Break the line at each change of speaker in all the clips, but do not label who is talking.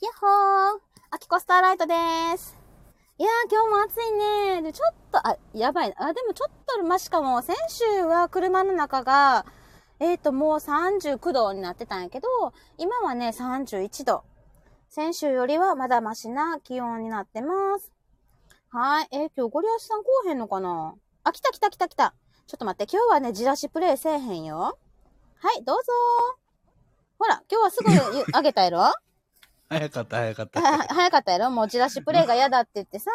やっほーアキコスターライトでーす。いやー、今日も暑いねで、ちょっと、あ、やばいな。あ、でもちょっと、ま、しかも、先週は車の中が、えっ、ー、と、もう39度になってたんやけど、今はね、31度。先週よりはまだマシな気温になってます。はーい。えー今日ゴリアスさん来おへんのかなあ、来た来た来た来た。ちょっと待って、今日はね、じらしプレイせえへんよ。はい、どうぞほら、今日はすぐゆあげたやろ
早かった、早かった。
は 早かったやろ持ち出しプレイが嫌だって言ってさ、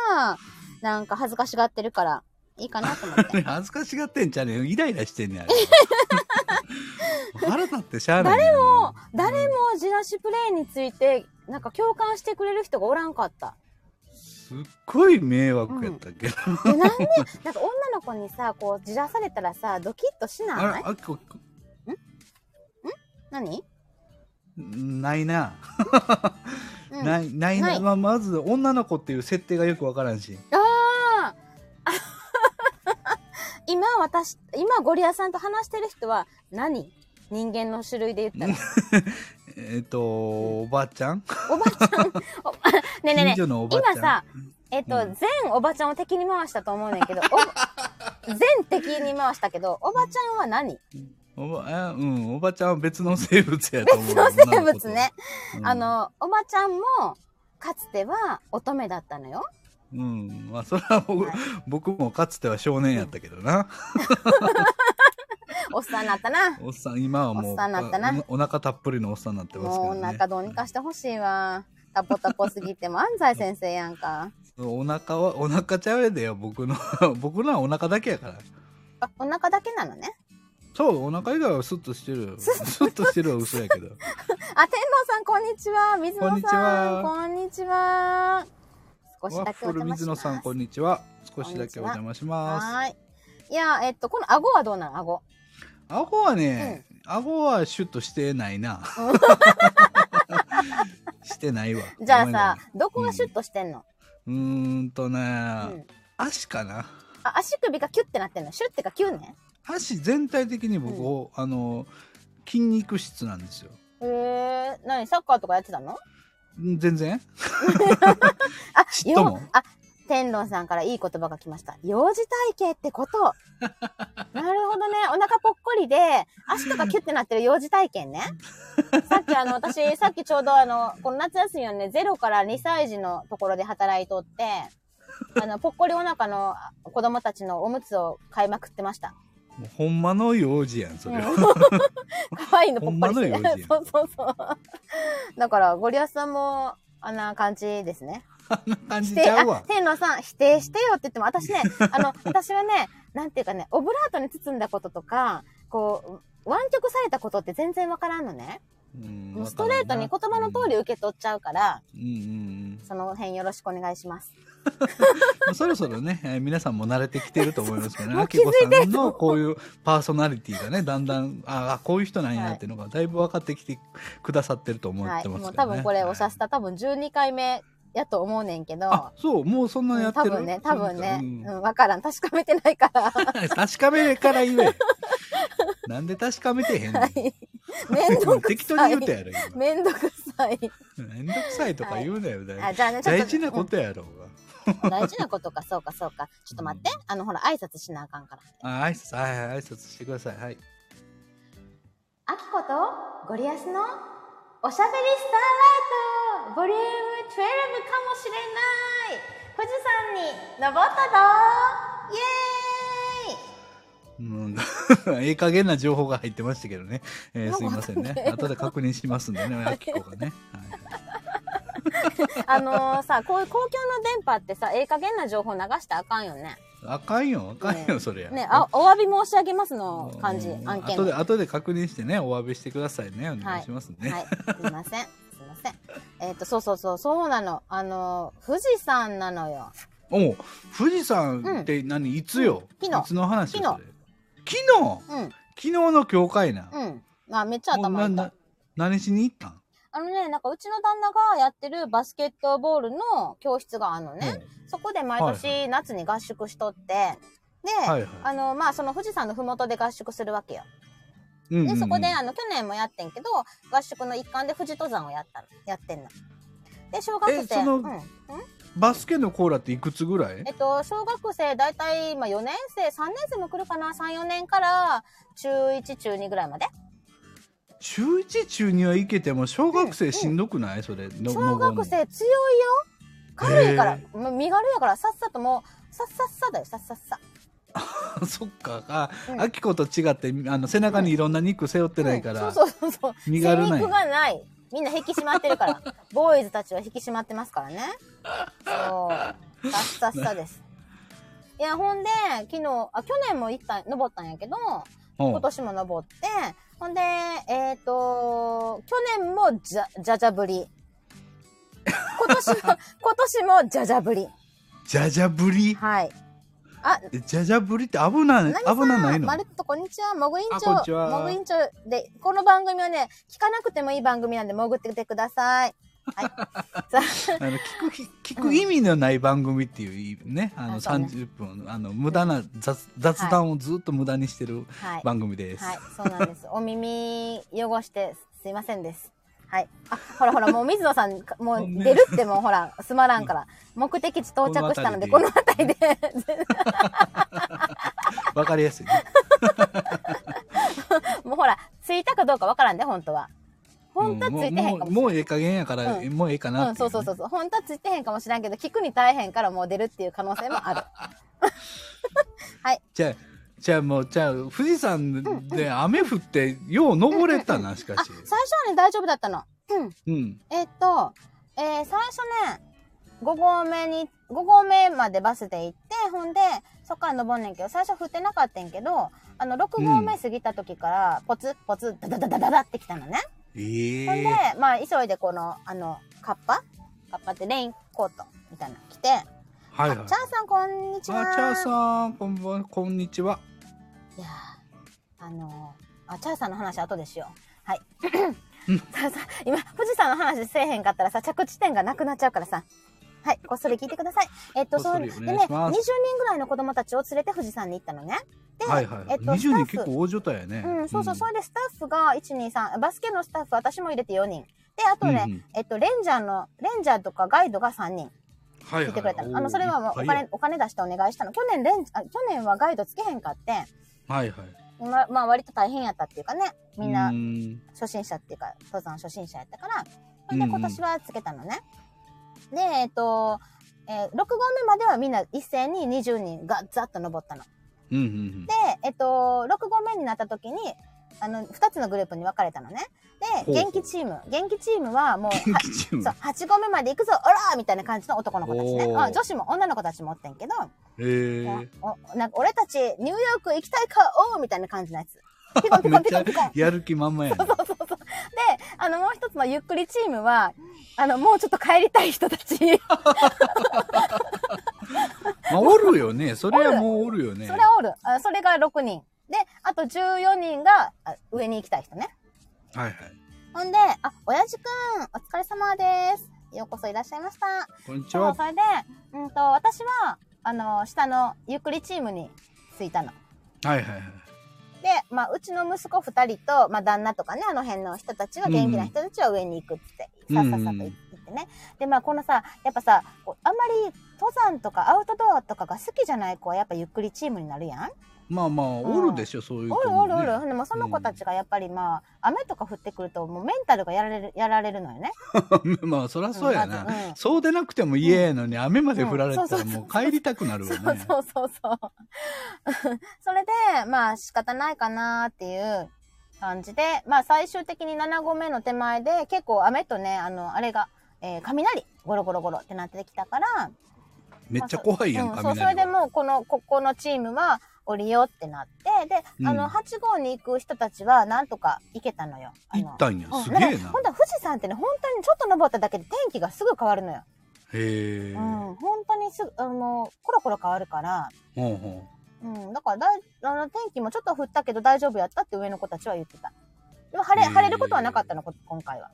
なんか恥ずかしがってるから、いいかなと思っ
あ
て。
れ恥ずかしがってんじゃねえよ。イライラしてんねん あれ腹立ってしゃあない。誰も
誰もじらしプレイについて、なんか共感してくれる人がおらんかった。
すっごい迷惑やったけ
で、
ど。
なんで、なんか女の子にさ、こう、じらされたらさ、ドキッとし
あ
な
れ
い、
あきこ、
何
ないな。
うん。あ
ない、ない
ない
な。まあまず、女の子っていう設定がよくわからんし。
あー 今私、今ゴリアさんと話してる人は何人間の種類で言 ったら。
えっと、おばあちゃん
おばちゃん。おねえねえねえ
近所のおばあちゃん。
今さ、えっと、
うん
全おばちゃんを敵に回したと思うねんけ ど、お全敵に回したけど、おばちゃんは何
おばあ、うん、おばちゃんは別の生物やと思
別
う。
の生物ね。
女の子と。うん
あ、の、おばちゃんも、かつては乙女だったの よ。
うん。まあ、それは僕
はい
僕もかつては少年やったけどな。
おっさんになったな。
おっさん、今はもう、
おっさんになったな
おお腹たっぷりのおっさんになってますけ
も
ど、
うお
ね。
腹どうにかしてほしいわ。タポタポすぎても安西先生やんか。
お腹は、お腹ちゃうやでよ、僕の。 僕のはお腹だけやから。
あ、お腹だけなのね。
そう、お腹以外はスッとしてるよ。スッとしてるは嘘やけど。
あ、天童さんこんにちは。水野さんこ
こ
んにちは。少し
ワ
だ
ッ
けお
フル
邪魔し
水
ま
野
す。
さん、こんにちは。少しだけお邪魔します。
はーい。いや、えっと、この顎はどうなの顎。
顎はね、顎はシュッとしてな いな。してないわ。
じゃあ
ごめん
さ、どこがシュッとしてんの、
ごめん。うーんとね、
うん
足かな。
あ足首がキュッてなってんのシュッてかキュッね
足全体的に僕、あの、筋肉質なんですよ。
へえ何サッカーとかやってたの
ん全然
あ
ちっとも
ようあ天童さんからいい言葉が来ました幼児体型ってこと なるほどねお腹ぽっこりで足とかキュッてなってる幼児体験 ねさっきあの私さっきちょうどあのこの夏休みはね0から2歳児のところで働いとってあのぽっこりお腹の子供たちのおむつを買いまくってました
もうほんまの幼児やん、それは。
可愛いのぽっこりして
ほんまの幼児
る。
やん
そうそうそう。 だから、ゴリアスさんも、あんな感じですね。
あんな感
否
じち
定、
ゃう
あ
わ、。
天野さん、否定してよって言っても、私ね、 あの、私はね、なんていうかね、オブラートに包んだこととか、こう、湾曲されたことって全然わからんのね。
うん
もうストレートに言
わか
葉
ら
の
んな
通り受け取っちゃうから、
うんうん
その辺よろしくお願いします。
うん、そろそろね、えー皆さんも慣れてきてると思いますけどね、
もう
あ
気
き
づい
こさんのこういうパーソナリティがね、だんだん、ああ、こういう人なんやなっていうのが、だいぶ分かってきてくださってると思
は
っ
い。
てます
もう
け
多
どね。
分これ、おしゃスタ多分12回目やと思うねんけど
あ、、そう、もうそんなのやって
多
る
分ね、多分ね、
う
うんん、わからん。確かめてないから。
確かめから言え。なんで確かめてへんの、
はい。めんどくさい。
適当に言うたやろ、今。
めんどくさい。
めんどくさいとか言うなよ、だいぶ
あ、じゃあね、ちょっと
大事なことやろうが。
うん大事なことか、そうか、そうか。ちょっと待って。あの、ほら、挨拶しなあかんから。
あ挨拶はいはい挨拶してくださいはい
あきことゴリアスのおしゃべりスターライトボリューム12かもしれない富士山に登ったぞイエーイ
うん、 ええ加減な情報が入ってましたけどね、えーすいませんね後で確認しますんで ねあきこがね、はい
あのーさ、こういう公共の電波ってさ、ええ加減な情報流したらあかんよね。
あかんよあかんよ、それや
ね、あ、お詫び申し上げます
うん
の感じ、案件
後
の。
で
はい。
後で確認してねお詫びしてくださいねお願いしますね、
すいません。すいません。えっ、と、そうそうそう、そうなの。あのー、富士山なのよ。
おう富士山って何、いつ
う
よ、
ん昨日
いつの話
昨
よそ
日
れ昨日
うん。
昨日の教会な、
うん。まあ、めっちゃ
もう
頭痛
な
い
な。何しに行ったん
あのね、なんかうちの旦那がやってるバスケットボールの教室があるのね。そこで毎
はい
年夏に合宿しとって、で、
はいはい
あの、まあ、その富士山のふもとで合宿するわけよ。
うんうんう
で、
ん
そこで、あの、去年もやってんけど、合宿の一環で富士登山をやったの、やってんの。で、小学生。
えその
うんん
バスケのコーラっていくつぐらい
えっと、小学生、だいたい、まあ、4年生、3年生も来るかな ?3、4年から、中1、中2ぐらいまで。
中1中2はいけても小学生しんどくないそれの
小学
の
生強いよ。軽いから
へ、
もう身軽やから、さっさともう、さっさっさだよ、さっさっさ。
後 そっかあ、
うん
あきこと違ってあの背中にいろんな肉背負ってないから、
うんそうそうそうそう。
身軽なんや
制服がない。みんな引き締まってる から。ボーイズたちは引き締まってますからね。そう。さっさっさです。いや、ほんで、昨日、あ、去年も行った、登ったんやけど、
うん
今年も登って、ほんで、えっ、と、去年もじゃ、じゃじゃぶ り。今年も、今年もじゃじゃぶり。
じゃじゃぶり
はい。あ、
えじゃじゃぶりって危ない危なないの
まるっとこんにちは。モグインチ
あこんにちは
ョ。モグインチョで、この番組はね、聞かなくてもいい番組なんで、潜っててください。 はい。さ
あの聞くひ聞く意味のない番組っていうね、あの
あそうね
30分あの無駄な雑雑談をずっと無駄にしてる
あ、はい。
番組です。
はい、そうなんです。お耳汚してすいませんです。はい。あ、ほらほら、もう水野 さん、かもう
ね
出るってもうほら、すまらんから、目的地到着したので、こ
こ
の
の
辺りで、
わかりやすい、ね。
もうほら、着いたかどうかわからんで、本当は。本当は
うん
着いてへん
も
かも
う
し
もうええ加減やから、
う
もうええか
れん。
な
う
っ
ん、そ
てい
う
ね、
そうそうそう。本当はついてへんかもしれんけど、聞くに大変からもう出るっていう可能性も ある。
じゃあじゃあもうじゃあ富士山で雨降ってよう登れたなしか
あ、
し
最初はね、大丈夫だったの。
うん
えっと、えー最初ね、5合目に、5合目までバスで行って、ほんで、そっから登んねんけど、最初降ってなかったんやけど、あの、6合目過ぎた時から、ポツポツ、ダダダダダダってきたのね。
え
ほんで
え、
まあ、急いでこの、あの、カッパカッパってレインコートみたいなの着て、
はいは
あ
い
チャーさんこんにちは。
あチャーさんこんばんこんにちはい
やーあのー、あ、チャーさんの話後ですよう。はい。 さあさあ今、富士山の話せえへんかったらさ、着地点がなくなっちゃうからさ。はい、こっそり聞いてください。えっと、
こっそり
そ
お
う
願い
で
します
20人ぐらいの子供たちを連れて富士山に行ったのね。で、
はいはい、
えっと、
20人
スタ
結
ッフ
構大所帯やね
うん、そうそう、それでスタッフが123、バスケのスタッフ私も入れて4人。で、あとね、
うんうん
えっと、レンジャーの、レンジャーとかガイドが3人。
はい
聞い
は
て
い
くれた
お
の。
ー
あの、それはもうお
いっぱいや
金、お金出してお願いしたの。去年レンジ、あ去年はガイドつけへんかって、
はいはい
ままあ割と大変やったっていうかねみんな
うん
初心者っていうか登山初心者やったからそ
うん
れで
うん
今年はつけたのね、でえっ、と、え6合目まではみんな一斉に20人がざっと登ったので
うんうん
えっ、と6合目になった時にあの2つのグループに分かれたのねで
ほうほう
元気チーム元気チームはもう
うん。
は
元気チーム
そう8合目まで行くぞオラーみたいな感じの男の子たちね
おー
あ女子も女の子たちもおってんけど、
へえ
おなんか俺たちニューヨーク行きたいかおーみたいな感じのやつピコンピコンピコンピコン
やる気満々やね
で、あの、もう一つのゆっくりチームは、あの、もうちょっと帰りたい人たち。それ
まあおるよねそれはもうおるよね
おる。あ それが6人。で、あと14人があ上に行きたい人ね。
はいはい
ほんで、あ、親父くん、お疲れ様です。ようこそいらっしゃいました。
こんにち
そう、
は
それで、うんと、私は、あの、下のゆっくりチームに着いたの。
はいはいはい
で、まあ、うちの息子2人と、まあ、旦那とかね、あの辺の人たちは、元気な人たちは上に行くっつって、
うん
さっさっさと行ってね。で、まあ、このさ、やっぱさ、こうあんまり登山とかアウトドアとかが好きじゃない子は、やっぱゆっくりチームになるやん。
まあまあおるでしょそういう
お
子
るお
も
るおる。ほ
ね
んでもうその子たちがやっぱりまあ、雨とか降ってくると、もうメンタルがやられる、やられるのよね。
まあそりゃそうやな
まずうん
そうでなくても家やのに雨まで降られ
うん
た
そうそ
ら
うそう
もう帰りたくなる
そ
わ
う
ね
そうそう そう。それで、まあ仕方ないかなっていう感じで、まあ最終的に7合目の手前で結構雨とね、あの、あれが、えー雷、ゴロゴロゴロってなってきたから、
めっちゃ怖いやん
うん、そう、
雷
それでもうこの、ここのチームは降りようってなって、で、あ
うん
の、8号に行く人たちはなんとか行けたのよ。あの
行ったんや
うん
すげえ
だから
な
本当は富士山ってね、本当にちょっと登っただけで天気がすぐ変わるのよ。
へえ
うん、本当にすぐ、あの、コロコロ変わるから、
ほうほ
うん、だからだいあの天気もちょっと降ったけど大丈夫やったって上の子たちは言ってた。でも晴れ、
へー
晴れることはなかったの、こ今回は。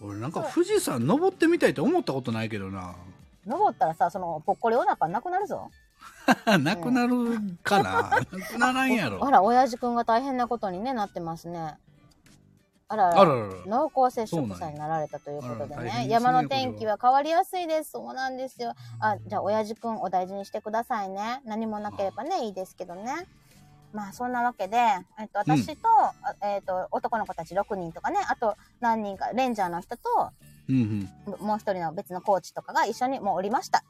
う俺なんか富士山登ってみたいって思ったことないけどな
登ったらさ、その、ぽっこりお腹なくなるぞ。
なくなるかななくならんやろ
あら、親父くんが大変なことにね、なってますね。あらあら
あらららら。
濃厚接触者になられたということで
そうなんやあら大変です
ね。
ね
山の天気は変わりやすいです。そうなんですよ。あ、じゃあ、親父くんお大事にしてくださいね。何もなければね、いいですけどね。まあ、そんなわけで、えっと、私と、あえっと、男の子たち6人とかね、あと何人か、レンジャーの人と、
うんうん。
もう一人の別のコーチとかが一緒にもう降りました。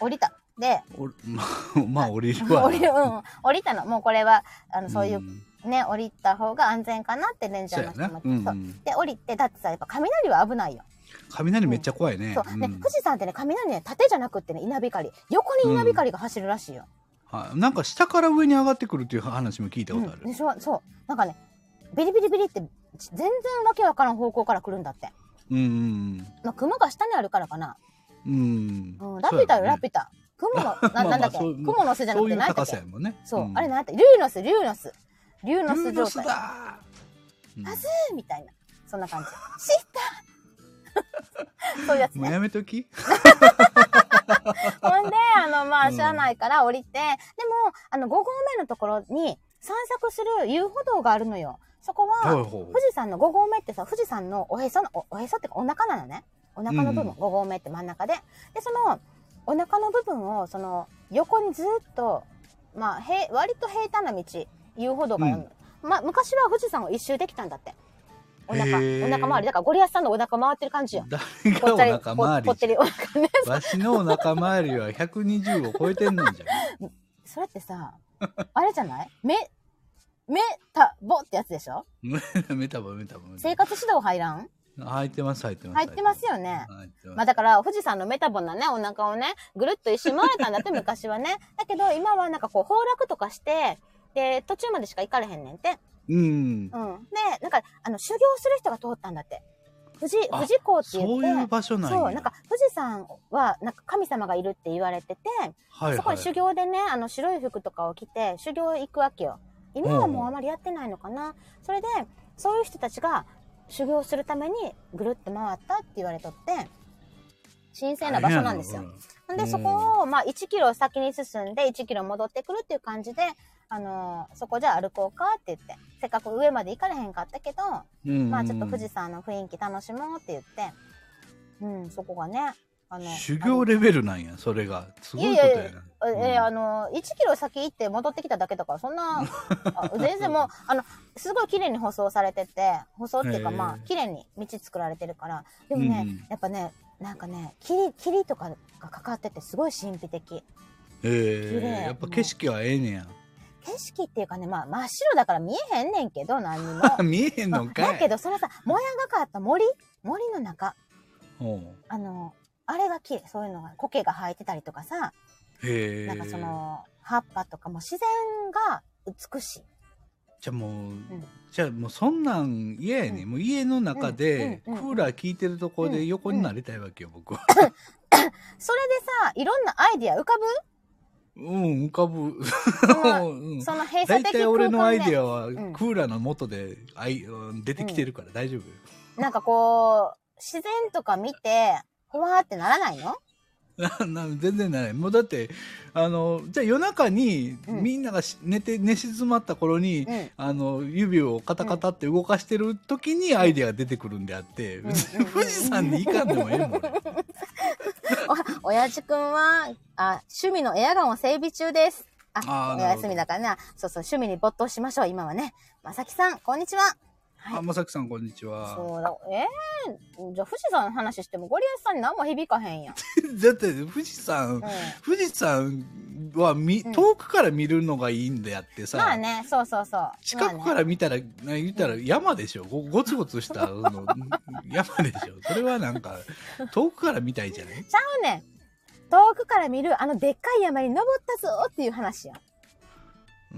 降りた。 で、
おまあ、ま あ、降りるわ。
降りる、うん、降りたの。もうこれは、あの、
ん
そういう、ね、降りた方が安全かなってレンジ
そ
ャ
う
ーの
や
人
な
も。
う
言って
んう。
そうんで、降りて、だってさ、やっぱ雷は危ないよ。
雷めっちゃ怖いね
そう。。
う
で、
ん
富士山ってね、雷ね、縦じゃなくってね、稲光。横に稲光が走るらしいよ。
はいなんか下から上に上がってくるっていう話も聞いた
う
こ
ん
とある。
でしょそう。なんかね、ビリビリビリって、全然わけわからん方向から来るんだって。
うん
まあ、雲が下にあるからかな。
うんうん。
う、
うんん。
ラピュタよ、
そうや
ラ
ね
ピュタ。雲の、な
まあま
な
あ
んだっけ
そう
雲の巣じゃな
そ
く
う
て
いう
何だっ
高さ
け
やもんね。
そう、
ん
あれ。何だった竜の巣、竜の巣。竜の巣
ルー
状
ノス
態。
だ
あ
ー
ずーみたいな。そんな感じ。知った そういうやつ
うんもうやめとき
ほんで、あの、まあ、
うん
車内から降りて、でも、あの、5合目のところに散策する遊歩道があるのよ。そこは、
ほう
富
ほう
士山の5合目ってさ、富士山のおへその、おおへそってかお腹なのね。お腹の部
うん
分、
うん
5合目って真ん中で。で、その、お腹の部分を、その、横にずっと、まあ、へい割と平坦な道、遊歩道があるの。まあ、昔は富士山を一周できたんだって。お腹、お
へー
腹周り。だからゴリアスさんのお腹回ってる感じよ。
誰
ぽ
が
っ
お
ちゃり
腹
ぽ
周
ぽ
り
っちゃりお腹ね。
わしのお腹周りは120を超えてんのんじゃ
それってさあれじゃないめめたぼってやつでしょ
ん メタボメタボメタ
生
ボ
活指導入らん
入ってます入ってます
入ってますよね
入ってます
まあだから富士山のメタボなねお腹をねぐるっと一周回れたん だって昔はねだけど今はなんかこう崩落とかしてで途中までしか行かれへんねんて
うん
うんでなんかあの修行する人が通ったんだって富士
あ
富士港って言
そ
っ
ういう
て
場所なんや
そうなんか富士山はなんか神様がいるって言われてて
はいはい
そこに修行でね、あの白い服とかを着て修行行くわけよ。今はもうあまりやってないのかな。それで、そういう人たちが修行するためにぐるっと回ったって言われとって、神聖な場所なんですよ。
ん
で、そこを、まあ、1キロ先に進んで、1キロ戻ってくるっていう感じで、あのーそこじゃあ歩こうかって言って、せっかく上まで行かれへんかったけど、ま
ま
あ、ちょっと富士山の雰囲気楽しもうって言って、うん、そこがね、あの、
修行レベルなんやそれがすごいこと
いやいや
や
い
な
え
うん
えあの1キロ先行って戻ってきただけだからそん なあ全然もうあのすごい綺麗に舗装されてて舗装っていうか
へえ
まあ綺麗に道作られてるからでもね、
うんうん
やっぱねなんかね霧霧とかがかかっててすごい神秘的
え
麗
えやっぱ景色はええねや
景色っていうかねまあ真っ白だから見えへんねんけど何 にも
あ見えへんのかい
だけどそのさもやがかった森森の中
うん
あのあれが綺麗そういうのが苔が生えてたりとかさ
へえ
なんかその葉っぱとかも自然が美しい。
じゃあもう、
ん
じゃあもうそんなん嫌やね、
うん
もう家の中でク
うんうんうん
ーラー効いてるところ
う
で
ん
横になりたいわけよ、僕は。
それでさ、いろんなアイディア浮かぶ
うん、浮かぶ。
の
うん
その閉鎖
大
的
体
空
俺のアイ
間
デ
で、
アはク
ん
ーラーの元であいうん出てきてるから大丈夫 よ。
なんかこう、自然とか見て、ほわーってならないの
なな全然ない。もうだって、あの、じゃあ夜中に
うん
みんながし寝て、寝静まった頃に、
うん。うん
あの指をカタカタって動かしてる時にアイデアが出てくるんであって、
うん
富士山に行かんでもええもん俺。
お、親父くんは、あ、趣味のエアガンを整備中です。
あ
あ、
ー
お
なるほど
休みだからな。そうそう、趣味に没頭しましょう、今はね。まさきさん、こんにちは。は
あ、
い。
まさきさんこんにちは。
そうだ、えー、じゃあ富士山の話してもゴリアスさんに何も響かへんやん。
だって富士山、
うん
富士山はみ
うん
遠くから見るのがいいんであって さ、
まあね、そうそうそう。
近く
ま
か
あね
ら見たら、な言ったら山でしょごごつご つしたあの山でしょそれはなんか遠くから見たいじゃない
ちゃうねん。遠くから見るあのでっかい山に登ったぞーっていう話やん。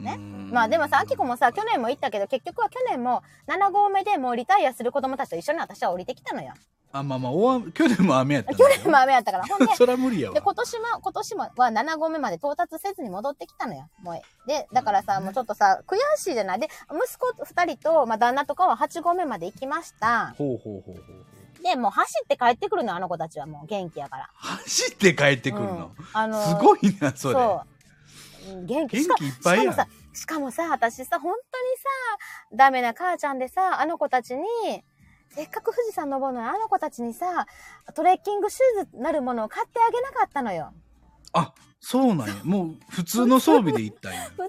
ね
うん
まあでもさ、あきこもさ、去年も行ったけど、結局は去年も7合目でもうリタイアする子供たちと一緒に私は降りてきたのよ。
あまあまあ大雨去年も雨やったんだ
去
よ
年も雨やったから。ほんで、
そりゃ無理や
で
わ
今年も、今年もは7合目まで到達せずに戻ってきたのよ。もう。で、だからさ、もうちょっとさ、悔しいじゃない。で、息子2人と、まあ旦那とかは8合目まで行きました。
ほうほうほうほうほう
で、もう走って帰ってくるのよ、あの子たちはもう元気やから。
走って帰ってくるの、
うんあのー
すごいなそれ
そう。うん元気。
元
しか
気いっぱいや
し
ん
かもさ、しかもさ、私さ、本当にさ、ダメな母ちゃんでさ、あの子たちに、せっかく富士山登るのにあの子たちにさ、トレッキングシューズなるものを買ってあげなかったのよ。
あ、そうなんや。もう普通の装備で行った んや。
普通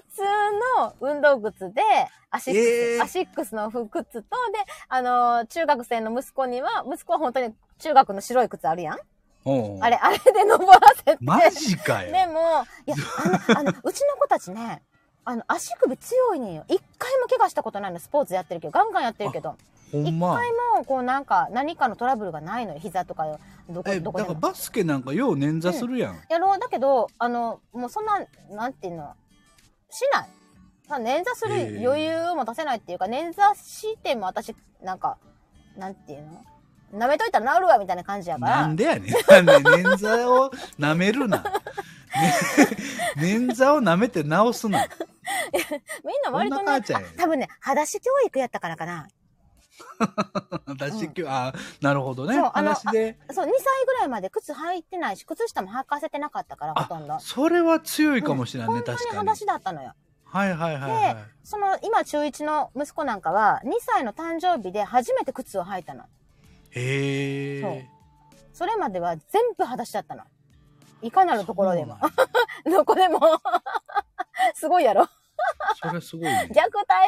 の運動靴で、アシックス、
えー
アシックスの服靴と、で、あのー中学生の息子には、息子は本当に中学の白い靴あるやん。
おうおう
あれ、あれで登らせて。
マジか よ。
でも、いや、あの、 あの、うちの子たちね、あの、足首強いねんよ。一回も怪我したことないの、スポーツやってるけど、ガンガンやってるけど。
ほ
一回
ん
も
ま。、
こう、なんか、何かのトラブルがないのよ。膝とかよ、どこ、
え、だ
どこ
か
で
ら
も。
バスケなんかよう捻挫するやん。
やろう。だけど、あの、もうそんな、なんていうの、しない。まあ、捻挫す
へ
る
え
余裕を持たせないっていうか、捻挫しても私、なんか、なんていうの舐めといたら治るわ、みたいな感じやか
なん
ら。
でやねん。なんで捻挫を舐め るな。ね捻挫を舐めて直すな。
みんな割と
こんな
ね
母ちゃんや、
多分ね、裸足教育やったからかな。
私今日、あ、なるほどね。
そうあの
話で。
そう、2歳ぐらいまで靴履いてないし、靴下も履かせてなかったから、ほとんど。
それは強いかもしれないね、
本当に
確か
裸
に。
足だったのよ。
はいはいはい、
で
は
その、今中1の息子なんかは、2歳の誕生日で初めて靴を履いたの。
い。へえ。
そうそれまでは全部裸足だったの。いかなるところでも。
そうなんや。
どこでも。すごいやろ
それすごいね。
虐待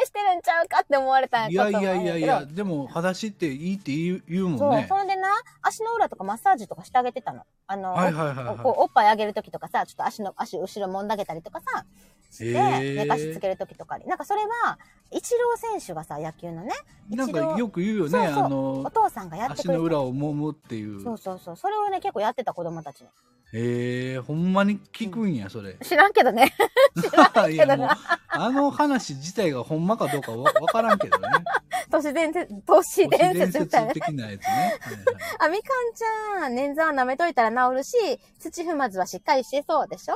してるんちゃうかって思われたん
い
や
や
か
い
と思
や
うん
いやい
けど。
や、でも、裸足っていいって言う言うもん
そう、
ね。
それでな、足の裏とかマッサージとかしてあげてたの。あの、
はいはいはい、
おこ
は
うおっぱいあげるときとかさ、ちょっと足の、足後ろもんだげたりとかさ、して、
へー
寝かしつけるときとかに。なんかそれは、イチロー選手がさ、野球のね、
い。なん
一
か
度
よく言うよね、
そうそう
あ
お
の、
父さんがやってく
足
れ
の
て
裏を揉むっていう。
そうそうそう。それをね、結構やってた子供たちに。
へえ、ほんまに聞くんや、それ。
知らんけどね。
い
けどな
や、もう、あの話自体がほんまかどうかわわからんけど ね。
都市伝説、都市
都市
伝
伝
説みたいな
説。的なやつね。はいはい
あ、みかんちゃん、捻挫は舐めといたら治るし、土踏まずはしっかりしてそうでしょ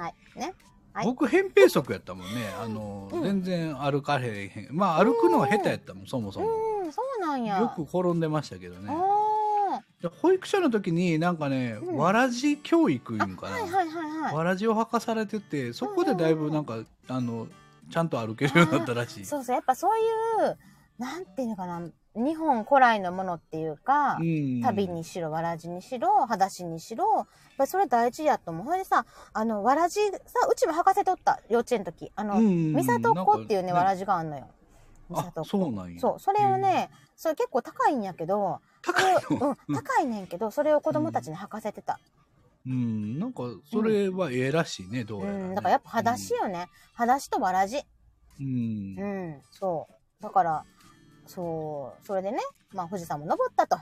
はい。ね。はい
僕扁平足やったもんねあの、
うん
全然歩かれへんまあ歩くのが下手やったもんそもそも、
うーん、そうなんや。
よく転んでましたけど
あー
ねで保育所の時になんかね、
うん
わらじ教育いうんかな、
はいはいはいは
わらじを履かされててそこでだいぶなんか、あのちゃんと歩けるようになったらしい
い。そうそう、やっぱそういう、なんていうのかな、日本古来のものっていうか、
ん
旅にしろ、わらじにしろ、裸足にしろ、やっぱりそれ大事やと思う。それでさ、あの、わらじ、さ、うちも履かせとった、幼稚園の時。あの、
ん
三里っ子っていうね、わら
じ
じがあんのよ。三
あ
里っ子。
そうなんや
そう、それを
へえ
ね、それ結構高いんやけど、
高い
それを
の、
うん、高いねんけど、それを子供たちに履かせてた。
うん、なんかそれはええらしいね、どう
う
やら、
ん、
ね、
だからやっぱ裸足よね。裸足とわらじ。
うん、うん
うん、そう。だから、そう、それでね、まあ富士山も登ったと。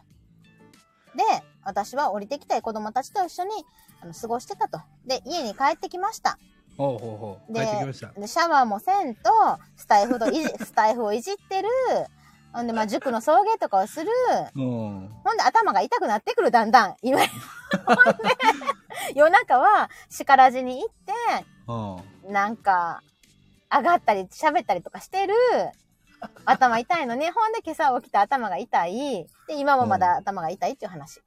で、私は降りてきたい子供たちと一緒にあの過ごしてたと。で、家に帰ってきました。
ほうほうほう
で
帰ってきました
で、シャワーもせんと、スタイフといじ、スタイフをいじってる。ほんで、まあ塾の送迎とかをする。
うん
ほんで頭が痛くなってくる、だんだん。今。ほ んで、夜中は、叱らじに行っ
うん
て、なんか、上がったり喋ったりとかしてる。頭痛いのね。 ほんで、今朝起きた頭が痛い。で、今もまだ頭が痛いっていう話。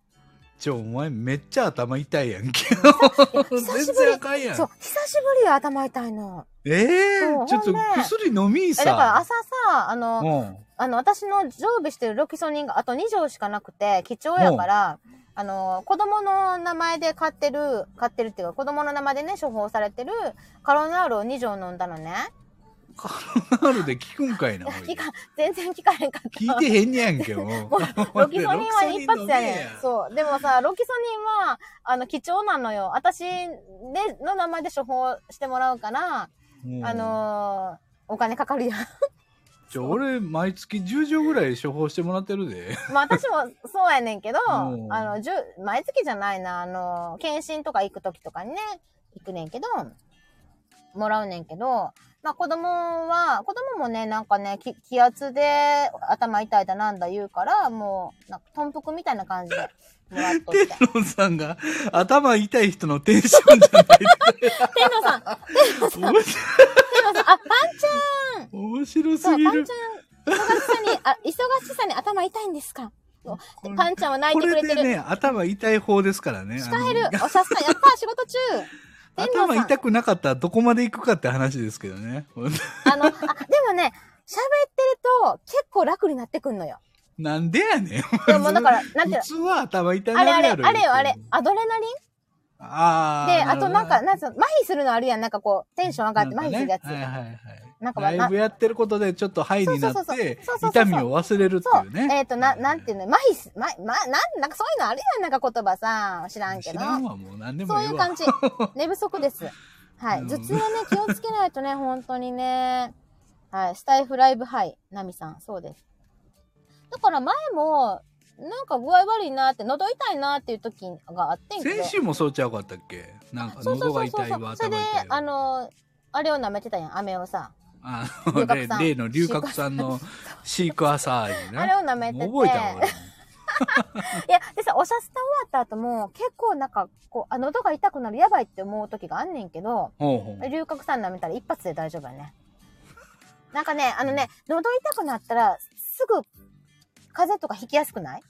ちょ、お前めっちゃ頭痛いやんけ。
久し
全
ぶり
然あかんや。、
そうん久しぶりよ、頭痛いの。
ええ
そう
ー、ちょっ
ほん
と
で
薬飲みい
え、だから
さ。
朝さ、あの、
うん。
あの、私の常備してるロキソニンがあと2錠しかなくて、貴重やから、あの、子供の名前で買ってる、買ってるっていうか、子供の名前でね、処方されてるカロナールを2錠飲んだのね。
カロナールで効くん かいな。おい
聞か、全然聞かへんかった。
聞いてへんねやんけ、 もう。
ロキソニンは一発やね ん。
う。
そう。でもさ、ロキソニンは、あの、貴重なのよ。私での名前で処方してもらうから、
うん
あ、のーお金かかるやん。
ちょ、俺、毎月10錠ぐらい処方してもらってるで。
まあ私もそうやねんけど、あ
うん
の、じゅ毎月じゃないな、あの、検診とか行く時とかにね、行くねんけど、もらうねんけど、まあ子供は、子供もね、なんかね、き気圧で頭痛いだなんだ言うから、もう、なんか、豚腹みたいな感じ でもらっとって。
天野さんが頭痛い人のテンション じゃない
天野さん、天野さん、天
面白い
野さん、あ、パンち
面白
ゃん
すぎ
パン
る
ち。ゃん、忙しさに、あ、忙しさに頭痛いんですか
これ
パンちゃんは泣い
こ
てく
れ
れて
で
る。
ね、頭痛い方ですからね。
シカヘル、
あの
おしゃすさん、やったー仕事中天童
頭
さん
痛くなかったらどこまで行くかって話ですけどね。
あの、あ、でもね、喋ってると結構楽になってくんのよ。
なんでやねん。
でもだから、なんていう
普
の
通は頭痛
あ
な
れ
る
あれ、
やろ。
あれよあれ
言うて、
アドレナリン
あー
で、あ
る
と
ほど
なんか、なんつうの、麻痺するのあるやん。なんかこう、テンション上がって麻痺するやつ。
なんかねはいはいはい。
なんかまあ
ライブやってることでちょっとハイにな
そう
っ
そうそう
て
そうそうそう
痛みを忘れるっ
そ
ていうう。ね。
えっ、と、な、なんていううの、麻痺す、ま、ま、なん、なんかそういうのあるやん。なんか言葉さ、知らんけ
知
ど。
らんわ、もう何でも
そう
ええ
いう
わ
感じ。寝不足 です。はい。
うん
頭痛はね、気をつけないとね、本当にね。はい。スタイフライブハイ、ナミさん。そうです。だから前も、なんか具合悪いなって、喉痛いなっていう時があってんけど。
先週もそうちゃうかったっけなんか
そうそう
喉
そ
が
うそう
痛いわ、
それ
頭
で
痛いわ。、
あの、あれを舐めてたやん、飴をさ。
あ
龍
の、
角
例
散
例の龍角さ んのシークワーサーにね。
あれを舐めてて
覚えたわ、俺も
いや、でさ、おしゃスタ終わった後も、結構なんか、こう、あ、喉が痛くなる、やばいって思う時があんねんけど、
ほうほう。
龍角散舐めたら一発で大丈夫やね。なんかね、あのね、喉痛くなったら、すぐ、風邪とか引きやすくない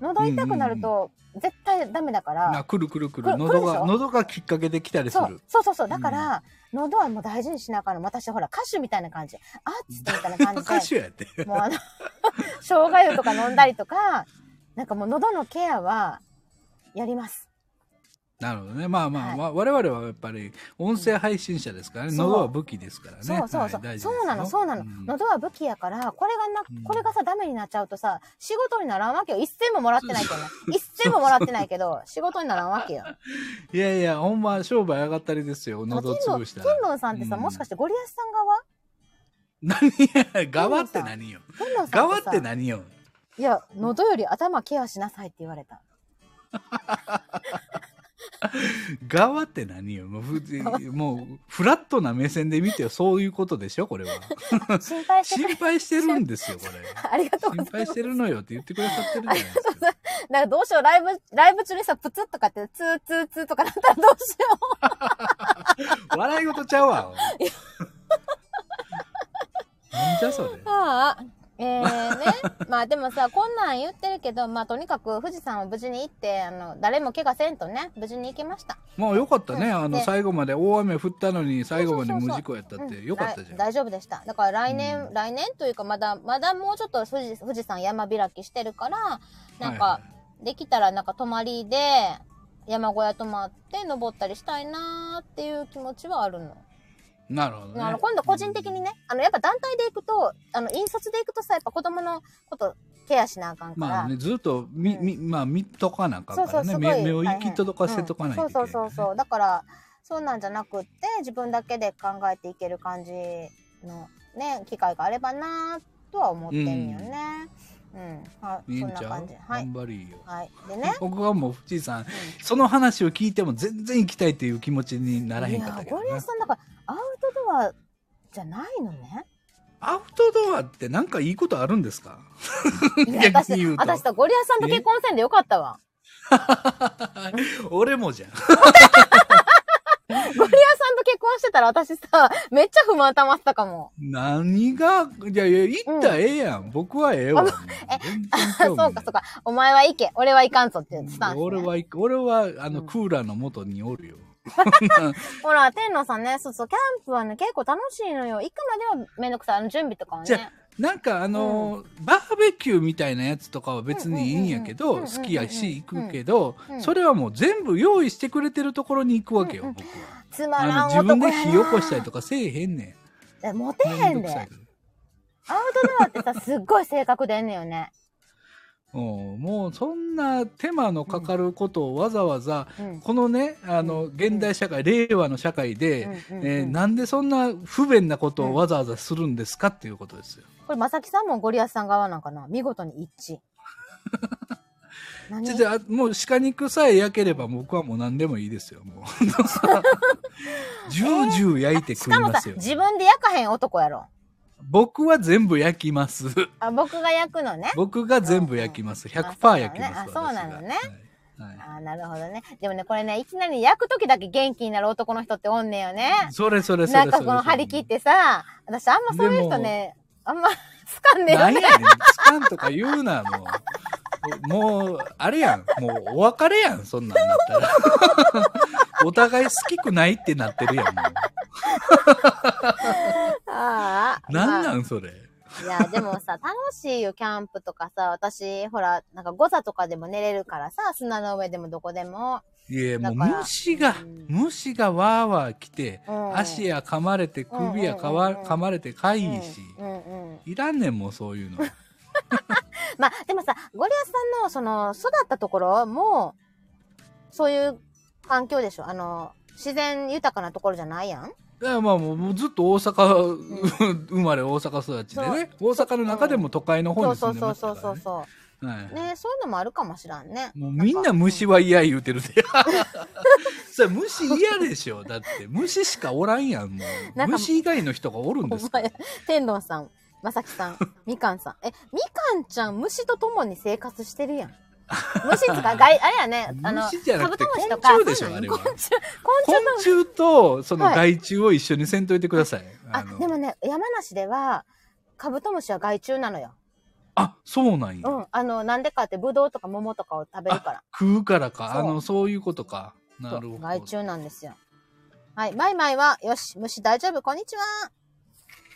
喉痛くなると、絶対ダメだから。
なくるくるく
く
る
る
喉
くるでし
が
ょ
喉がきっかけで来たりす
そう
る
そうそうそう。だから、喉はもう大事にしなあかんの。私、ほら、歌手みたいな感じ。アーティストみたいな感じで。
歌手やって
もうあの、 生姜湯とか飲んだりとか、なんかもう喉のケアは、やります。
なるほどねまあまあ、
はい
わ我々はやっぱり音声配信者ですからね、
うん
喉は武器ですからね
そうそうそう。
はい大事です
そ
よ
うなの、そうなの。
ん
喉は武器やから、これがな、
うん
これがさ、ダメになっちゃうとさ、仕事にならんわけよ。一銭ももらってないけどね。一銭ももらってないけど、仕事にならんわけよ。
いやいやほんま商売上がったりですよ 喉を
天童
潰した
天
ら
童さんってさ、
うん
もしかしてゴリアスさん側
何や側って何よ
天童さん
側っ
さ
て何よ
いや、喉より頭ケアしなさいって言われ た。
側って何よもうふもうフラットな目線で見てよそういうことでしょこれは
心配してく
心
れ。
配してるんですよこれ
ありがとうござ
心
います。
配してるのよって言ってくださってるじゃないですか
なんかどうしよう、ライブ、ライブ中にさ、プツッとかって、ツーツーツーとかなったらどうしよ
笑い事ちゃうわ。 なんじゃそれ。
う。ああ。えー、ね。まあでもさ、こんなん言ってるけど、まあとにかく富士山を無事に行って、あの、誰も怪我せんとね、無事に行きました。
まあよかったね。
うん
あの
で
最後まで大雨降ったのに最後まで無事故やったっ
う
て
ん
よかったじ
だ
ゃん。
大丈夫でした。だから来年、
う
来年というかまだ、まだもうちょっと富士富士山山開きしてるから、なん
は
か、できたらなんか泊まりで、山小屋泊まって登ったりしたいなーっていう気持ちはあるの。
いはいなるほどね。
あの今度個人的にね、あのやっぱ団体で行くと、あの引率で行くとさ、やっぱ子供のことケアしなあかんから。
まあねずっとみみまあ見とかなあかん
そう
か
そ
ら
う、す
ね。
ごい
目目を
大
行
変
き届かせとかないと
うん
いけ
そ
ないうね。
そうそうそう。だから、そうなんじゃなくって、自分だけで考えていける感じのね、機会があればなーとは思ってんよね。うん。はい、
いい
そ
ん
んな
ちゃ
感
う
じ。。はい
頑。張りいいよ。。
はい。でね
僕はもう富士山その話を聞いても全然行きたいっていう気持ちになら
い
へんかった
や、
けど
ゴリ
ね
アス。さんだから、アウトドアじゃないのね。
アウトドアってなんかいいことあるんですか？
いや、
逆
私
に言、うと
私さ、ゴリアスさんと結婚せんでよかったわ。
俺もじゃん。
ゴリアスさんと結婚してたら私さ、めっちゃ不満溜まってたかも。
何が、いやいや、行ったらええやん。僕はええわ。全然
あ、そう
興味ない
かそうか。お前は行け。俺は行かんぞっていうスタンス、ね。
俺は行く、俺は、あの、
うん
クーラーの元におるよ。
ほら、天皇さんね、そうそう、キャンプはね、結構楽しいのよ。行くまではめんどくさい。あの、準備とかは
じ
ね
ゃ。なんか、あのー、バーベキューみたいなやつとかは別にいいんやけ
うんうん
ど、
うんうん
好きやし、行くけど
うん、
それはもう全部用意してくれてるところに行くわけ
うんう
よ
ん、
僕は。
つまら
あ
ん
の、自分
男
で
やな
火起こしたりとかせえへんね
えモテ
ん。め
へ
んど
ん
く
で。
さ
ア
い
ウ
から。
トドアってさ、すっごい性格出んのよ ね。
うんもう、そんな手間のかかることをわざわざ、
うん。
このね、あの、現代社会、令和の社会で、
うんうんうん
えーなんでそんな不便なことをわざわざするんですかっていうことですよ。
これ、まさきさんもゴリアスさん側なんかな見事に一致。何
じゃあ、もう鹿肉さえ焼ければ僕はもう何でもいいですよ、も う。ジュージュー焼いて
し
食い
かも
ま
さ
すよ、。
自分で焼かへん男やろ。
僕は全部焼きます。
あ、僕が焼くのね。
僕が全部焼 きます。
んうんあ
100%焼きます。
そうなのねあ
私がはいは
あーなるほどね。でもね、これね、いきなり焼くときだけ元気になる男の人っておんねんよね。
いそれそれそ
な
れそ
ん
れ
か
そ
こ
れ。
の張り切ってさ、私あんまそういう人ね、あんま 好かんねえよ
なん
ね。
やねん。つかんとか言うな、も う。もう、あれやん。もう、お別れやん、そんなんなったら。お互い好きくないってなってるやん、も
ああ。
う。なん
ま
な
あ
ん、それ。
いや、でもさ、楽しいよ、キャンプとかさ、私、ほら、なんか誤差とかでも寝れるからさ、砂の上でもどこでも。
いや、もう
だから
虫が
うん、
虫がわーわー来て、
うん
足や噛まれて、首やか
うんうん
わ
うんうん
噛まれて、か
い
ゆいし。
うんうんうん。
いらんねん、もうそういうの。
まあ、でもさ、ゴリアスさんの、その、育ったところも、そういう環境でしょあの、自然豊かなところじゃないやん
いやまあもうもうずっと大阪、生まれ大阪育ちでね大阪の中でも都会の方
そう
に
そ
住ん
う
で
そう
まし
そ
た
うそ
か
う
ら
そう。
ねはい
ねそういうのもあるかもしらんね。
もうみんな虫は嫌言うてるでそれ虫嫌でしょだって虫しかおらんやんも
な
うん
か
虫以外の人がおるんですから
お天童さん、まさきさ ん、みかんさん。え、みかんちゃん、虫と共に生活してる やん。虫つか、外、あれやね、あの、
虫じゃなくて
カブトムシと
昆
か、
虫でし
そ
ょ
うな
あ
ん
れ
や
は
昆虫、昆
昆
虫の、
虫とその
はい
害虫を一緒にせんといてください、
あ、
の
でもね、山梨では、カブトムシは害虫なのよ。
あそうなんや、
うん。あの、なんでかって、ブドウとか桃とかを食べるから
あ。食うからか
そう
あのそういうことかなるほど
害虫なんですよ。はい。マイマイは、よし、虫大丈夫、こんにちは。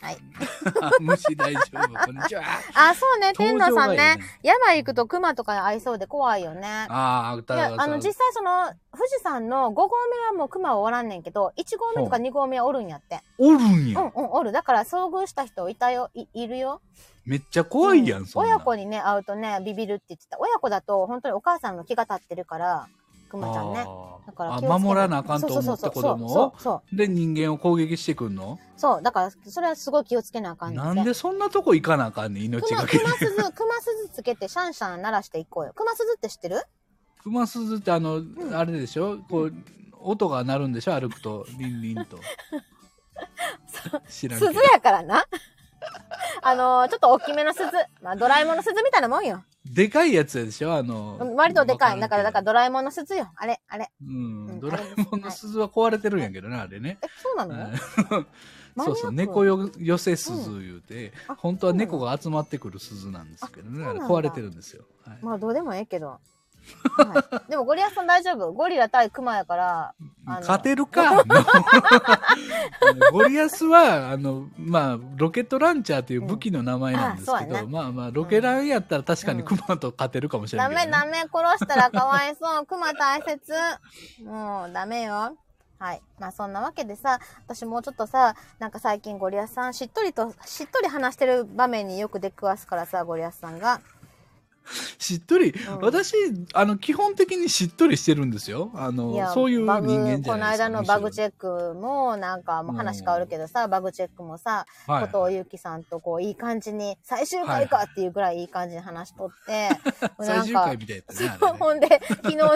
はい。
虫大丈夫こんに ちは
あ、そうね、天
登場
童さん
がいい
ね。山行くと熊とかに会いそうで怖いよね。
ああ歌
いや、あの、実際その、富士山の5合目はもう熊はおらんねんけど、1合目とか2合目はおるんやって。
おるん
うん
や。
うん、おる。だから遭遇した人いたよ、いいるよ。
めっちゃ怖いや、
うんん
そんな
親子にね、会うとね、ビビるって言ってた。親子だと、本当にお母さんの気が立ってるから、熊ちゃんね。
あー
だから
あ
気をつけて
守らなあかんと思って子供
そう
を
そうそうそうそう
で人間を攻撃してくんの
そうそうだから、それはすごい気をつけなあかんね
なんでそんなとこ行かなあかんねん命
熊、
がけで
熊鈴、熊鈴つけてシャンシャン鳴らしていこうよ。熊鈴って知ってる
熊鈴ってあの、あれでしょこう音が鳴るんでしょ歩くとリンリンと知らんけ
鈴
ど
やからな。あのーちょっと大きめの鈴。まあ、ドラえもんの鈴みたいなもんよ。
でかいやつやでしょあの
割とでかい。だから、だから
ら
ドラえもんの鈴よ。あれ、あれ。
うん
うん
ドラえもんの鈴は壊れてるんやけどなあれね
え、そうなの、
は
マ
い
ニアック
そうそう猫よ寄せ鈴言うて、
うんあ
本当は猫が集まってくる鈴なんですけどね
あ
あれ
そうなんだ
壊れてるんですよ、はい
まあ、どうでもええけど。はい、でも、ゴリアスさん大丈夫。ゴリラ対クマやから。あの
勝て るか ゴリアスはあの、まあ、ロケットランチャーという武器の名前なんですけ
うん
ど、
あそうや
まあまあロケランやったら確かにクマと勝てるかもしれな
ダ
いけど、
メダ
ね
メ、殺したらかわいそう。クマ大切。もう、ダメよ。はい。まあ、そんなわけでさ、私もうちょっとさ、なんか最近ゴリアスさん、しっとりと、しっとり話してる場面によく出くわすからさ、ゴリアスさんが。
しっとり、
ん
私あの基本的にしっとりしてるんですよあ
い
の
や
そういう人
バグ
間じゃないですか
この間のバグチ
ェッ
ェックも、なんか、もう話変わるけどさ、バグチェックもさ、
ク、はい
ことをゆきさんとこう、いい感じに、最終回
は
かっていうぐらいいい感じに話しと って、もう
最
なん
終
か
回、みたいだったねあれね
ほんで、昨日の、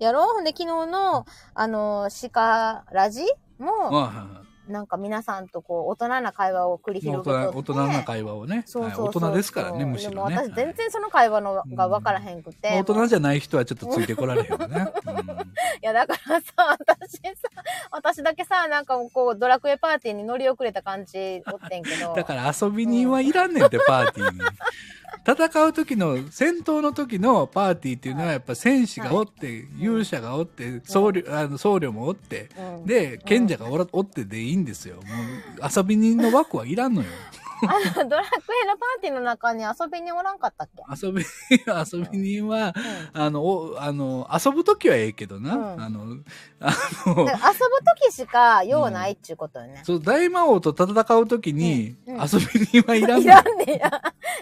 やろうほんで、昨日の、あの、鹿ラジ
うん
も、
はいはいはい
なんか皆さんとこう、大人な会話を繰り
もう
広げ
大
て
人大人な会話をね
そうそうそう、
はい、大人ですからねむし
で
ろ
も
ね
私全然その会話のが分からへんくて。
はい大人じゃない人はちょっとついてこられへんよね、 うん
いや、だからさ、私さ、私だけさ、なんかもうこう、ドラクエパーティーに乗り遅れた感じおってんけど。
だから遊び人はいらんねんって、パーテ ィーに。戦う時の、戦闘の時のパーティーっていうのはやっぱ戦士がおって、勇者がおって、僧侶、あの僧侶もおって、
うん
で、賢者がおらおってでいいんですよ。もう遊び人の枠はいらんのよ。
あの、ドラクエのパーティーの中に遊びにおらんかったっけ
遊び、遊び人は、あの、おあの、遊ぶ時はええけどな、
うん
あの、あの
だ、から遊ぶ時しか用ないっちゅうことよね。
そう、大魔王と戦う時に、
うんうん
遊び人はいらん
い
の
ら
よ
ん。ねや。い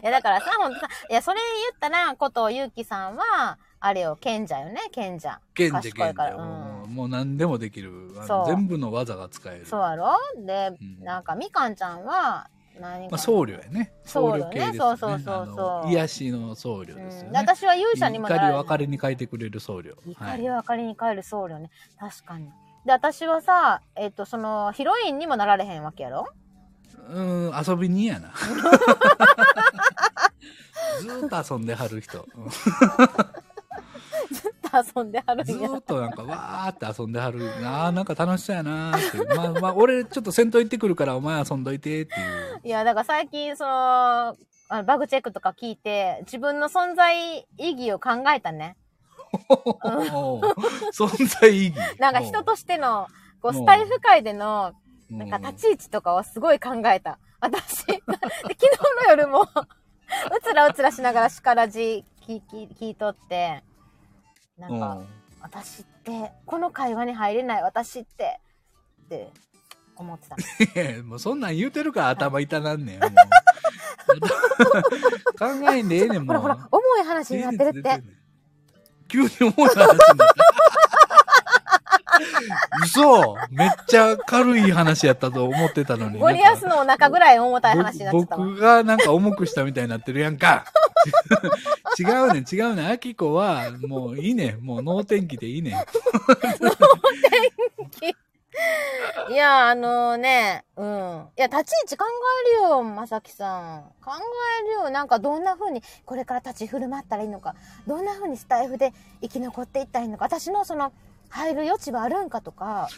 や、だからさ、ほんとさ、いや、それ言ったら、ことゆうきさんは、あれよ、賢者よね、賢者。
賢者
賢
賢
いから。
者。
うん
もうもう何でもできる。あの
そう
全部の技が使える。
そうやろで、
うん
なんか、みかんちゃんは、何かな
まあ、僧侶やね。僧
僧侶
侶系
ね
ですよね。
そうそうそうそう
あの癒しの僧侶
う
ですよ
ん、
ね。
私は勇者にもな
怒
ら
り
れ
を明かりに変えてくれる僧侶。
怒りを明かりに変える僧侶ね、確かにで私はさえっ、とそのヒロインにもなられへんわけや ろ
うーん、遊び人 やな。ずーっと遊んではる人。
遊んではる
ず
んや
ーっとなんかわーって遊んではる。あーなんか楽しそうやなーって。まあまあ、俺ちょっと戦闘行ってくるからお前遊んどいてっていう。
いやだから最近そのあのバグチェックとか聞いて自分の存在意義を考えたね
存在意義。
なんか人としての、こう、スタイフ界での、
うん、
なんか立ち位置とかをすごい考えた。私、 で昨日の夜も、うつらうつらしながら叱らじ聞き、聞いとって、な
うん
か、私って、この会話に入れない私って、って思 ってた。
いやもうそんなん言うてるから頭痛なんねん。もう考えんでええねん、
ほ
もう。
らほら、重い話になってるって。
急に重い話になった。嘘めっちゃ軽い話やったと思ってたのに。
ゴリアスのお腹ぐらい重たい話になってたわ。
僕がなんか重くしたみたいになってるやんか。違うねん、違うねん。アキコは、もういいねん。もう脳天気でいいねん。
いや、あのね、うん。いや、立ち位置考えるよ、まさきさん。考えるよ。なんか、どんな風に、これから立ち振る舞ったらいいのか、どんな風にスタイフで生き残っていったらいいのか、私のその、入る余地はあるんかとか。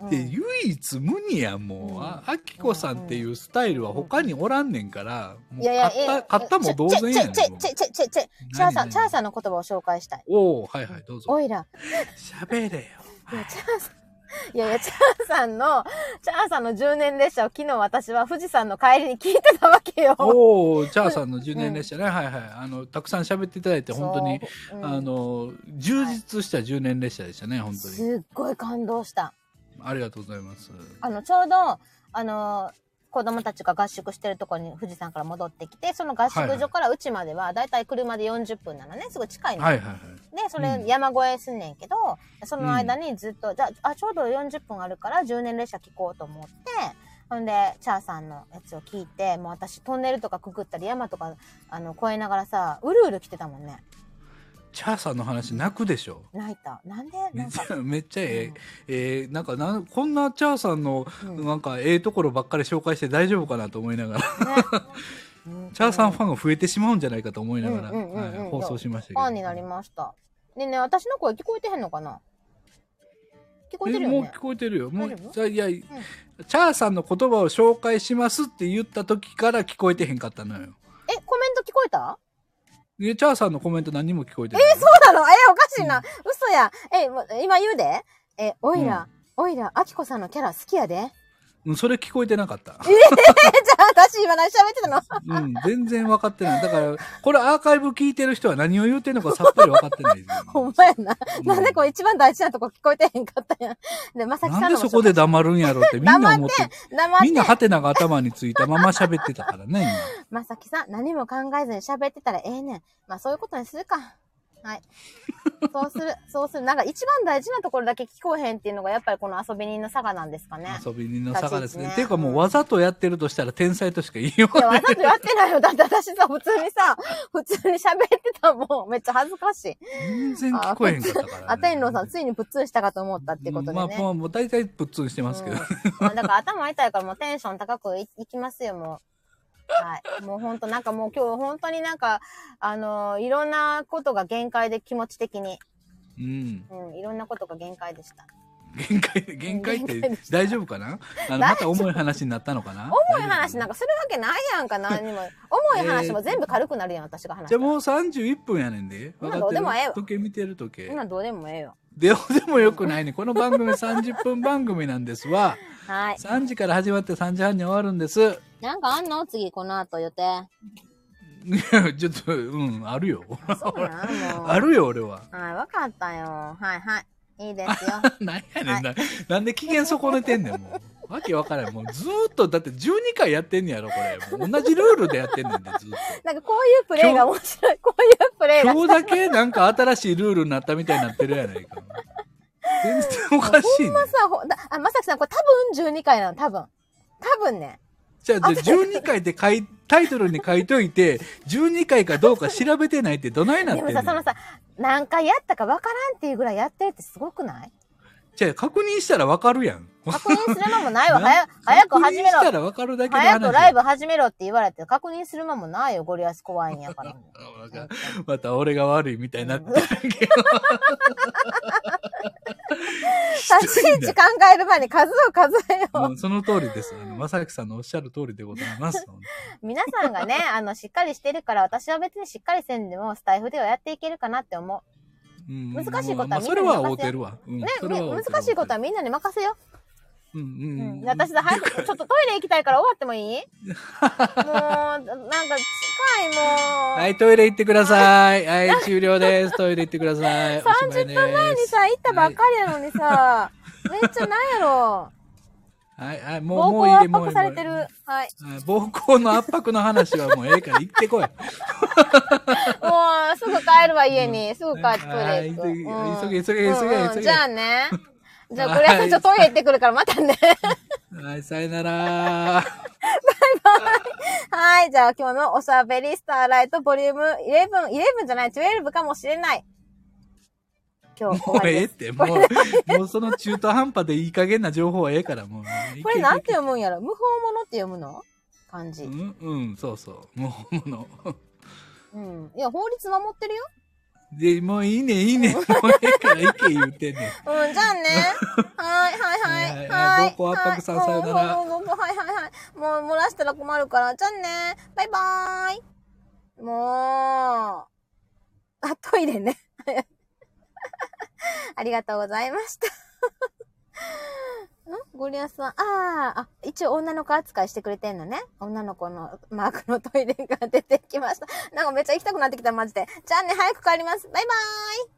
うん
で、唯一無二やん、も
う
う。
ん
あ、アキコさんっていうスタイルは他におらんねんから、も
いうやいや、
買った、
え
買ったも同然やねん
ちょ。ちょちょちょちょちょちょチャーさん、
何何
チャーさんの言葉を紹介したい。
おおはいはい、どうぞ。
おいら、
喋れよ。
いや、チャーさん、いやいや、チャーさんの、チャーさんの10年列車を昨日私は富士山の帰りに聞いてたわけよ。
おおチャーさんの10年列車ね、はいはい。あの、たくさん喋っていただいて、本当に、
そう、うん
あの、充実した10年列車でしたね、本当に。
すっごい感動した。
ありがとうございます。
あの、ちょうど、あの、子供たちが合宿してるとこに富士山から戻ってきて、その合
はいは
宿
い
所からうちまでは、だいたい車で40分なのね、すぐ近いの。
はいはいはい。
で、それ
うん
山越えすんねんけど、その間にずっと、じゃあ、あちょうど40分あるから10年列車聞こうと思って、ほんで、チャーさんのやつを聞いて、もう私トンネルとかくぐったり山とか、あの、越えながらさ、うるうる来てたもんね。
チャーさんの話泣くでしょ。
泣いた。なんで
め
な
っ
ん
ち
か。
ゃ、めっちゃええ、えーなんかなん、こんなチャーさんの、
うんう んね
なんか、ええところばっかり紹介して大丈夫かなと思いながら、
うん
チャーさんファンが増えてしまうんじゃないかと思いながら、
うんうんうんうん
はい放送しました
フ
けど。
ァンになりました。でね、私の声聞こえてへんのかな聞こえてる
え
よ
もう
ね
聞。こえてるよ。もう
大丈、
じゃあいや、チャーさんの言葉を紹介しますって言った時から聞こえてへんかったのよ。
え、コメント聞こえた
で、チャーさんのコメント何にも聞こえて
え
ない。
ー、そうなのえー、おかしいうな。嘘や。えー、もう今言うで。えー、おいら、おいら、あきこさんのキャラ好き やで。えー、じ
うん、それ聞こえてなかった。
ゃあ私今何喋ってたの
うん、全然分かってない。だから、これアーカイブ聞いてる人は何を言うてんのかさっぱり分かってない。
ほんまやな。
うん
なんでこれ一番大事なとこ聞こえてへんかったやん。で、まさきさん
なん
の
で
も
そこで黙るんやろってみんな思って、
黙っ
みんな
て、
ハテナが頭についたまま喋ってたからね、
まさきさん何も考えずに喋ってたらええねん。まあそういうことにするか。 はい。そうする、そうする。なんか一番大事なところだけ聞こえへんっていうのがやっぱりこの遊び人の差がなんですかね。
今。遊び人の差がですね。
立ち位置ね
っていうかもうわざとやってるとしたら天才としか言いよ
いうや、
が
わざとやってないよ。だって私さ、普通にさ、普通に喋ってたもん。めっちゃ恥ずかしい。
全然聞こえへんかったから、ね。
あたいのさん、ついにプッツンしたかと思ったってことでね。
まあ、まあ、もう大体プッツンしてますけど。
うんだから頭痛いからもうテンション高くいいきますよ、もう。はい。もうほんとなんかもう今日本当になんか、あのーいろんなことが限界で気持ち的に。
うん。
うん、いろんなことが限界でした。
限界、限界っ
限界で
て
した
大丈夫かなあの、
大丈夫
また重い話になったのかな
重い話なん
か。
かするわけないやんか、何にも。重い話も全部軽くなるやん、私が話し
じ
た
ゃあ
ら。
もう31分やねんで。
まあ
分か
ど
っ
う
て
で
る
もええわ
時計見てる時計。
今どうでもええよ。
でもでもよくないね。この番組30分番組なんですわ。
はい。
3時から始まって3時半に終わるんです。
なんかあんの次、この後予定。
いや、ちょっと、うん、あるよ。
そうなんもう。
あるよ、俺は。
はい、わかったよ。はいはい。いいですよ。
なんやねんな。なんで機嫌損ねてんねん、もう。わけわからん。もうずーっと、だって12回やってんねやろ、これ。もう同じルールでやってんねんで、ずっと。
なんかこういうプレイが面白い。こういうプレイが。
今日だけなんか新しいルールになったみたいになってるやないか。全然おかしいね。
さ、ほだあ、まさきさん、これ多分12回なの、多分。多分ね。
じゃあ、じゃあ12回で書い、タイトルに書いといて、12回かどうか調べてないってどないなっ
で
て
も
んね
さ、
ん
そのさ、何回やったかわからんっていうぐらいやってるってすごく ない
じゃあ、確認したらわかるやん。
確認する間もないわ。
な
早早く始め
確認した
ろ。
らわかるだけの話
早くライブ始めろって言われて、確認する間もないよ。ゴリアス怖いんやから。
なんかまた俺が悪いみたいになってるけど。
立ち位置考える前に数を数えよう。
もうその通りです。あの、まさきさんのおっしゃる通りでございます。
皆さんがね、あの、しっかりしてるから、私は別にしっかりせんでも、スタイフではやっていけるかなって思う。
うん
難しいことは
まあ
みんなに任せよう
それは合うてるわ。うん
ね、
それは合う
ね
てる
難しいことはみんなに任せよ。
うんうん
うん
うん。
私だ、早く、ちょっとトイレ行きたいから終わってもいいもう、なんか近いもう。
はい、トイレ行ってください。はい、終了です。トイレ行ってくださ い。おしま
30
いで
分
す
前にさ、行ったばっかりやのにさ、めっちゃなんやろ。
はい、はい、もう、も
暴
う
行
いい
圧
でもう
迫
いい
されてる。はい。
はい暴行の圧迫の話はもうええから行っ てこい。
もう、すぐ帰るわ、家に。すぐ帰ってトイレ行く。
はい
うん
急げ急げ急げ急げ
うんうんじゃあ ね。じゃあ、
はい
これ、ちょっとトイレ行ってくるから、またね。
はい、さよ なら。
はい。じゃあ、今日のおしゃべりスターライトボリューム11、11じゃない、12かもしれない。今日、終
も
わ
う
り
ええ
で
っ
す。
て、もう、もうその中途半端でいい加減な情報はええから、もう。
これ、なんて読むんやろ無法者って読むの漢字
う。ん、うん、そうそう。もう、もの。
うん。いや、法律守ってるよ。
で、もういいね、いいね。もうええから行け言うてんねん。
うん、じゃあ ね。はい、はい、はい。
はい
はい。
暴行圧迫さん
はい
さよなら
もうもうもうはい、はい、はい。もう、漏らしたら困るから。じゃあね。バイバーイ。もう。あ、トイレね。 ありがとうございました。 んゴリアスさん。ああ、あ、一応女の子扱いしてくれてんのね。女の子のマークのトイレが出てきました。なんかめっちゃ行きたくなってきた、マジで。じゃあね、早く帰ります。バイバーイ。